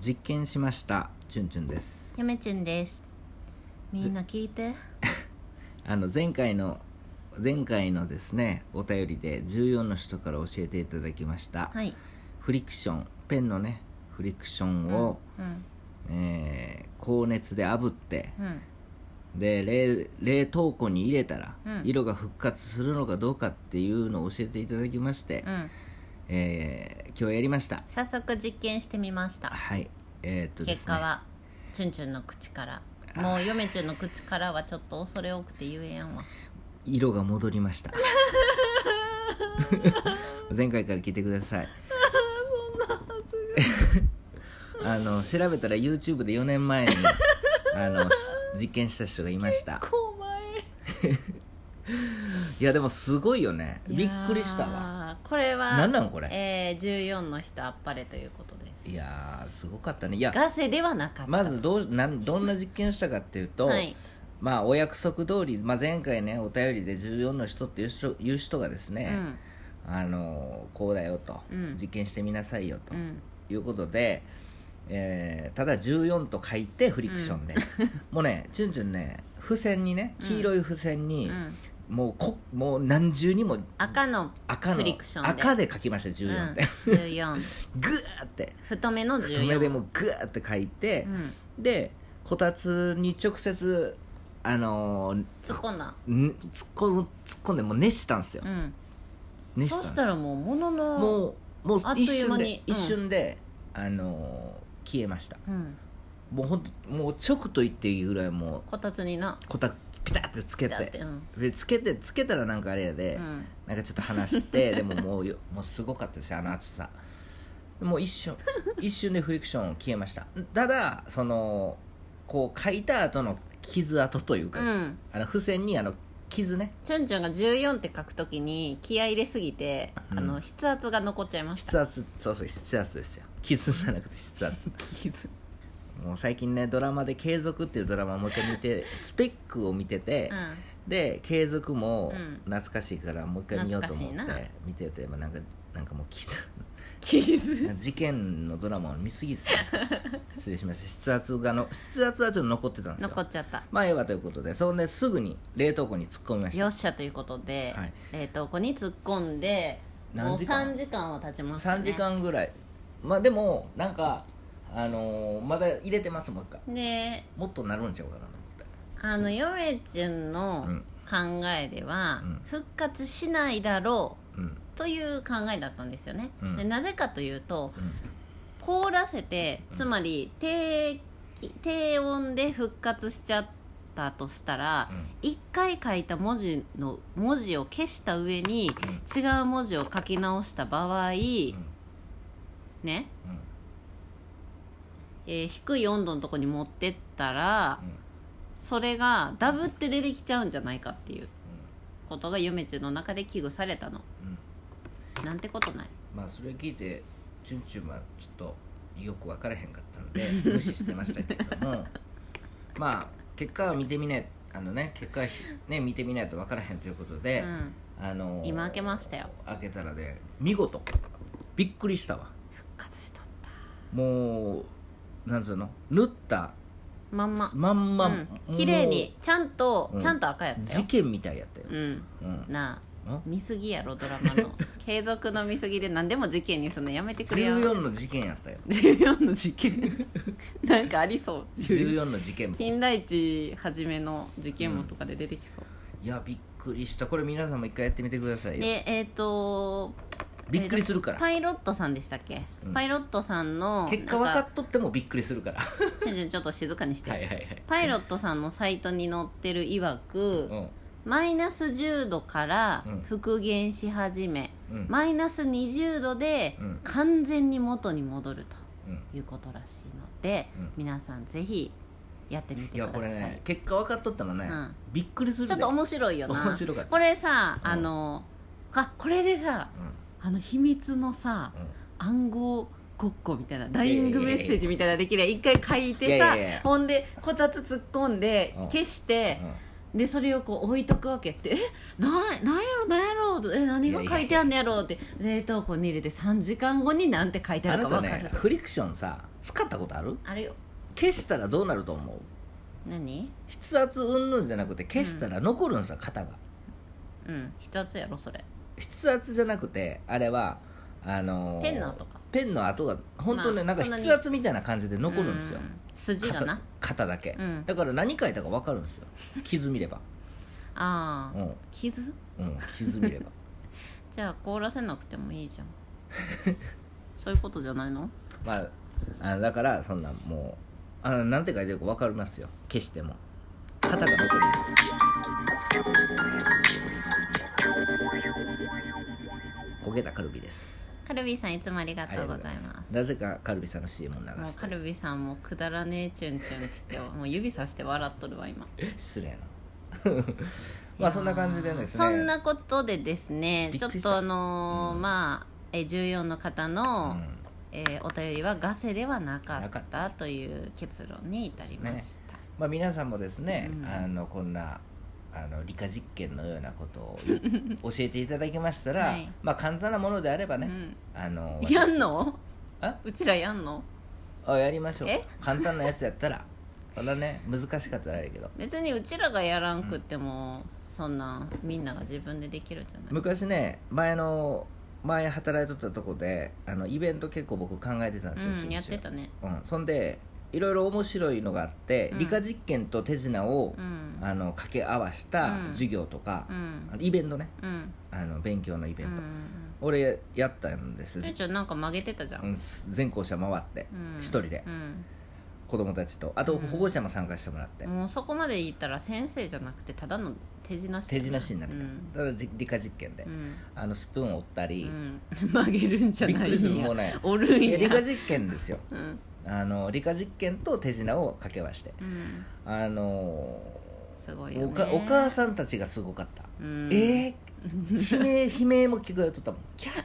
実験しましたチュンチュンですやめちゅんですみんな聞いてあの前回の前回のですねお便りで14の人から教えていただきました、はいフリクションペンのねフリクションを、うんえー高熱で炙ってうんで冷冷凍庫に入れたら、うん色が復活するのかどうかっていうのを教えていただきまして、うんえー今日やりました早速実験してみましたはいえーっとですね結果はチュンチュンの口からもうヨメチュンの口からはちょっと恐れ多くて言えやんわ色が戻りま した前回から聞いてください あの調べたら YouTube で4年前にあのし実験した人がいましたこまいやでもすごいよねびっくりしたわわこれはなんなんこれえー、14の人あっぱれということですいやーすごかったねいやガセではなかったまずどうなんどんな実験をしたかっていうと、はいまあお約束通り、まあ、前回ねお便りで14の人っていう人いう人がですうね、んあのこうだよと、うん実験してみなさいよと、うんいうことで、えーただ14と書いてフリクションで、もうねチュンチュンね付箋にねうん黄色い付箋うに、んもうこもう何重にも赤の赤のフリクションで赤で書きましたうん14って、 14グーって太めの太め14でもうグーって書いてう、んでこたつに直接あのー突っ込んだん突っ込む突っ込んでもう熱したんですようん熱そししたたんでらもうもののすもうもうあっと一いう瞬間で、にうん一瞬であのー消えましたうん、もうほんともう直と言っていいぐらいもこたつになうこたピタってつけだっててうん、でつけてつけたらなんかあれやで、うん、なんかちょっと話して でももうよもうすごかったですよあの暑さもう一 瞬一瞬でフリクション消えましたただそのこう書いた後の傷跡といううか、ん、あの付箋にあの傷ねチュンチュンが14って書くときに気合い入れすぎて、うんあの筆圧が残っちゃいました筆圧そうそう筆圧ですよ傷じゃなくて筆 圧もう最近ねドラマで「継続」っていうドラマをもう一回見てスペックを見てて、うんで継続もうん懐かしいからもう一回見ようと思って懐かしいな見てて、まあ、なんかなんかもう傷傷事件のドラマを見すぎ っすね失礼しました筆圧がの筆圧はちょっと残ってたんですよ残っちゃったまあええわということでそんですぐに冷凍庫に突っ込みましよたっしゃということで、はい冷凍庫に突っ込んでも何う時間3時間は経ちました、ね、 3時間ぐらいまあでもなんかあのーまだ入れてますもう一回でもっとなるんちゃうかなと思ってあのヨメチュンのうん考えでは、うん復活しないだろうんうという考えだったんですよね、うんでなぜかというとうん凍らせてうんつまり低気低温で復活しちゃったとしたら一回書いた文字の文字を消した上に違う文字を書き直した場合うんね、うんうんえー低い温度のとこに持ってったらうんそれがダブって出てきちゃうんじゃないかっていうことが夢中の中で危惧されたのうんうんなんてことないまあそれ聞いてチュンチュンはちょっとよく分からへんかったので 無視してましたけれどもまあ結果は見てみないあのね結果はひね見てみないと分からへんということで、うんあのー今開けましたよ開けたらね見事びっくりしたわ復活しとっもうなんつうの縫ったたまんままんま、うん綺麗にちゃんと、うんちゃんと赤やもうったよ事件みたいやったよ、うんうんなあん見すぎやろドラ マの継続の見すぎで何でも事件にするのやめてくれよ14の事件やったよ14の事 件なんかありそう14の事件も金田一はじめの事件もとかで出てきそう、いやびっくりしたこれ皆さんも一回やってみてくださいよでえっ、とびっくりするからパイロットさんでしたっけ、うんパイロットさんの結果分かっっとってもびっくりするからはちょちょちょっと静かにして、いはいはいパイロットさんのサイトに載ってる曰く、うんマイナス10度からうん復元し始め、うんマイナス20度でうん完全に元に戻るとうんいうことらしいので、うん皆さんぜひやってみていくだやさこいれね結果分かっとってもねうんびっくりするちょでっと面白いよな面白かったこれさうんあの、あこれでさあの秘密のさうんうん暗号ごっこみたいなダイイングメッセージみたいなのできるやん一回書いてさいやいやいやほんでこたつ突っ込んでうん消して、うんでそれをこう置いとくわけって「えななんやろなんやろ」って「え何が書いてあんねやろ」って冷凍庫に入れて3時間後になんて書いてああるなかた分かるねフリクションさ使ったことあるあれよ消したらどうなると思う何筆圧うんぬんじゃなくて消したら残るんさ型がうん一つやろそれ筆圧じゃなくてあれはあのーペンのとかペンの跡が本当ね、まなあんかそんなに筆圧みたいな感じで残るんですよう筋がな型型だけ、うんだから何書いたか分かるんです よ傷見ればあうあん傷うん傷見れ ばじゃあ凍らせなくてもいいじ ゃんそういうことじゃないのまああだからそんなもうあのなんて書いてるか分かりますよ消しても型が残るんですよ焦げたカルビですカルビーさんいつもありがあとうございますなぜかカルビさんの CM を流もうしカルビーさんもくだらねえチュンチュンっつっ てもう指さして笑っとるわ今て失礼な まあそんな感じでですねそんなことでですねびっちょっくりしたとあのーうんまあえー14の方うの、んえーお便りはガセではなかなかっったという結論に至りました、まあ、皆さんもですね、うんあのこんなあの理科実験のようなことを 教えていただきましたら、はいまあ簡単なものであればね、あのうん、やんのえうちらやんのあやりましょうえ簡単なやつやったら そんなね難しかったらあれやけど別にうちらがやらんくっても、そんなみんなが自分でできるじゃない昔ね前の前働いとったとこであのイベント結構僕考えてたんですよ、うちんちやってたねうん、そんでいろいろ面白いのがあって、うん理科実験と手品をう、んあの掛け合わしたうん授業とかう、んあのイベントねうんあの勉強のイベうント、ん俺やったんですちゅんちゃんなんか曲げてたじゃうんん全校舎回ってうん一人でうん子供たちとあとうん保護者も参加してもらって、もうそこまで言ったら先生じゃなくてただの手品師手品師になってうた、んただじ理科実験で、うんあのスプーン折ったり、うん曲げるんじゃびっなくいりするんやもうねおるんいやや理科実験ですようんあの理科実験と手品を掛け合わしてうんあのすごいよーねおかお母さんたちがすごかった、うんえー、悲 鳴悲鳴も聞こえとったもんキャ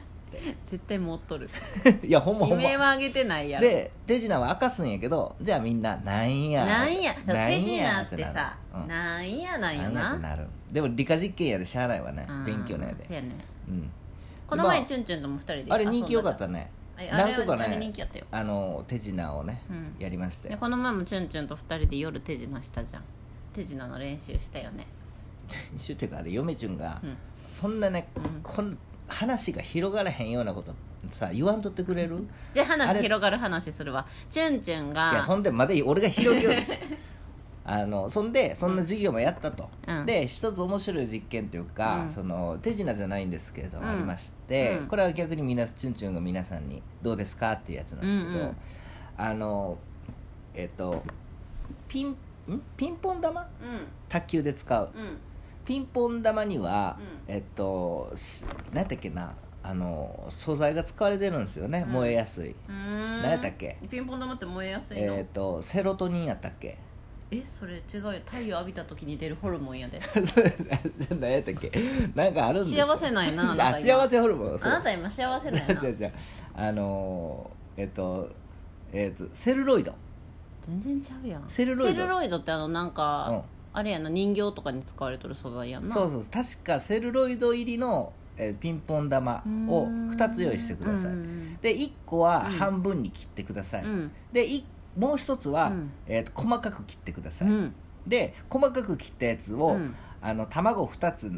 絶対持っとる ッいやほんまほ悲ん鳴まはあげてないやろで手品は明かすんやけどじゃあみんななんやなんやな手ん品やってなるさうんなんやなんよあんななるでも理科実験やでしゃあないわねうん勉強なんやそうで、やねうん、この前まあチュンチュンとも二人であれ人気良かっ遊たねんだじゃんあれ何個かあれ人ね気やったよあの手品をねうんやりましてでこの前もチュンチュンと二人で夜手品したじゃん手品の練習したよね一週というかあれ嫁ちゅんがうんそんなねうんこん話が広がらへんようなことさ言わんとってくれるじゃああ話れ広がる話するわチュンチュンいやがそんでまだ俺が広げよう としてあのそんでそんな授業もやったと、うんで一つ面白い実験というか、うんその手品じゃないんですけれどもうんありまして、うんこれは逆にみんなチュンチュンが皆さんに「どうですか?」っていうやつなんですけど、うんうんあのえっとピンんピンポン玉う卓球で使うんうんピンポン玉には、うんえっとす何やったっけなあの素材が使われてるんですよね、うん燃えやすい、うーん何やったっけピンポン玉って燃えやすいのえっとセロトニンやったっけ えそれ違うよ太陽浴びた時に出るホルモンやでそうです何やったっけなんかあるんですよ幸せないなああなた今 幸せホルモンあなた今幸せだよな 違う違うあのー、えっとえっとセルロイド全然ちゃうやんセルロイドってあのなんうんか、あれやな人形とかに使われてる素材やんなそうそう確かセルロイド入りの、えーピンポン玉を2つ用意してくださいうんで1個はうん半分に切ってください、うんでいもう一つは、うんえーと細かく切ってくだうさい、んで細かく切ったやつを、うんあの卵2つ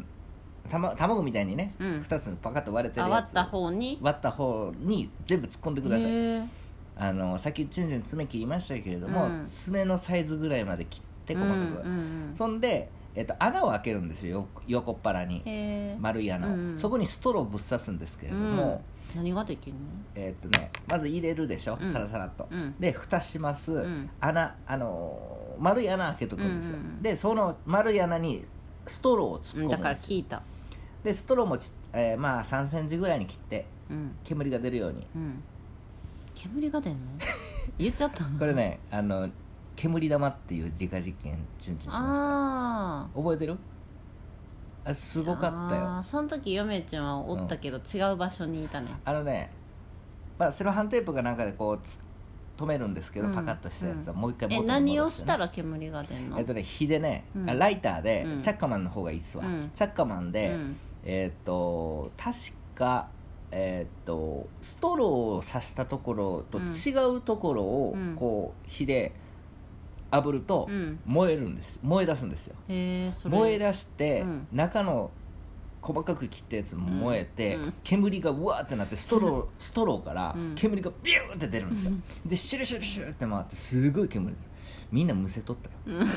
たま卵みたいにね、うん2つパカッと割れてあるや割っつた方に割った方に全部突っ込んでくださいへーあのさっきチュンチュン爪切りましたけれども、うん爪のサイズぐらいまで切って細かく、うんうんうんそんで、えっと、穴を開けるんですよよ横っ腹にへー丸い穴を、うんそこにストローをぶっ刺すんですけれうどもん、、何ができるのえっとねまず入れるでしょ、うんサラサラっと、うんで蓋します、ん穴あのー丸い穴開けとくんですよ、うんうんうんでその丸い穴にストローを突っ込うんむんだからです聞よいたでストローもち、えーまあ3センチぐらいに切ってうん煙が出るようにうん煙が出 んの言っちゃったこれねあの煙玉っていう自家実験順次しまああした覚えてるあすごかったあよーその時嫁ちゃんはおったけど、違う場所にいたねあのね、まあ、セロハンテープかなんかでこうつ止めるんですけど、うんパカッとしたやつはうもう一回え元に戻してね、何をしたら煙が出んのえっとね火でね、うんあライターで、うんチャッカマンの方がいいっすわ、うんチャッカマンで、うんえっと確かえっとストローを刺したところと違うところを、うんこう火で炙ると、うん燃えるんです燃え出すんですよへえそれ燃え出して、うん中の細かく切ったやつも燃えて、うんうん煙がうわーってなってストローストローからうん煙がビューって出るんですよ、でシュルシュルシュルって回ってすごい煙出るみんなむせとったようん っ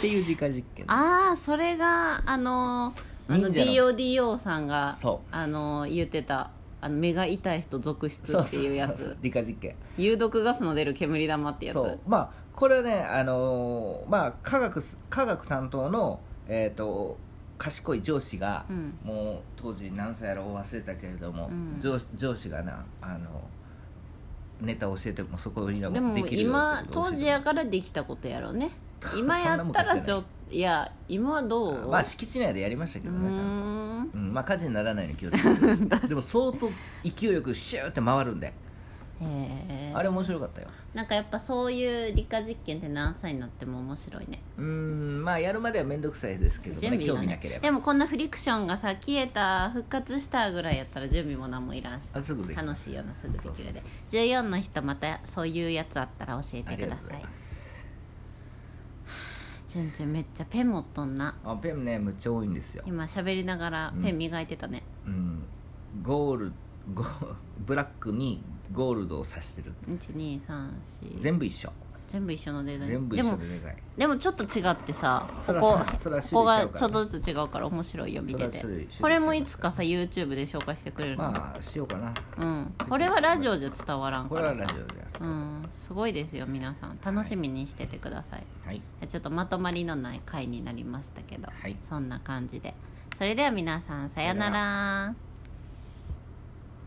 ていう自家実験ああそれがあのーあの忍者 DODO さんがそあのー言ってたあの目が痛い人続う出そうってそういうやそうそうつ理科実験有毒ガスの出る煙玉ってやつそうまあこれはねあのーまあ科学す科学担当のえっ、と賢い上司が、うんもう当時何歳やろう忘れたけれども、うん上上司がなあのネタ教えてもそこにででもできるよ今って教えて当時やからできたことや ろね今やったらちょっといや今はどうまあ敷地内でやりましたけうーどねちゃんとんうんまあ火事にならないように気をつけてく ださいでも相当勢いよくシューって回るんでへえあれ面白かったよなんかやっぱそういう理科実験って何歳になっても面白いねうんまあやるまでは面倒くさいですけど準ね備興が味なねければでもこんなフリクションがさ消えた復活したぐらいやったら準備も何もいらんしあすぐできる楽しいよなすぐでそきうそうるそで14の人またそういうやつあったら教えありてくがだとうごさざいいますチュンチュンめっちゃペン持っとんなあペンねむっちゃ多いんですよ、今喋りながらペン磨いてたね、うん、ゴールゴブラックにゴールドを刺してる1234全部一緒全部一緒のデザイン全部で一緒もでデザインでもちょっと違ってさこそらこそらそらこ種類違うからこがちょっとずつ違うから面白いよ見ててそら種類種類これもいつかさ YouTube で紹介してくれるの、まあしようかなうん、これはラジオじゃ伝わらんこかれはらラジさオです、うんすごいですよ皆さん楽しみにしててください、はいちょっとまとまりのない回になりましたけどはいそんな感じでそれでは皆さんさようなさよら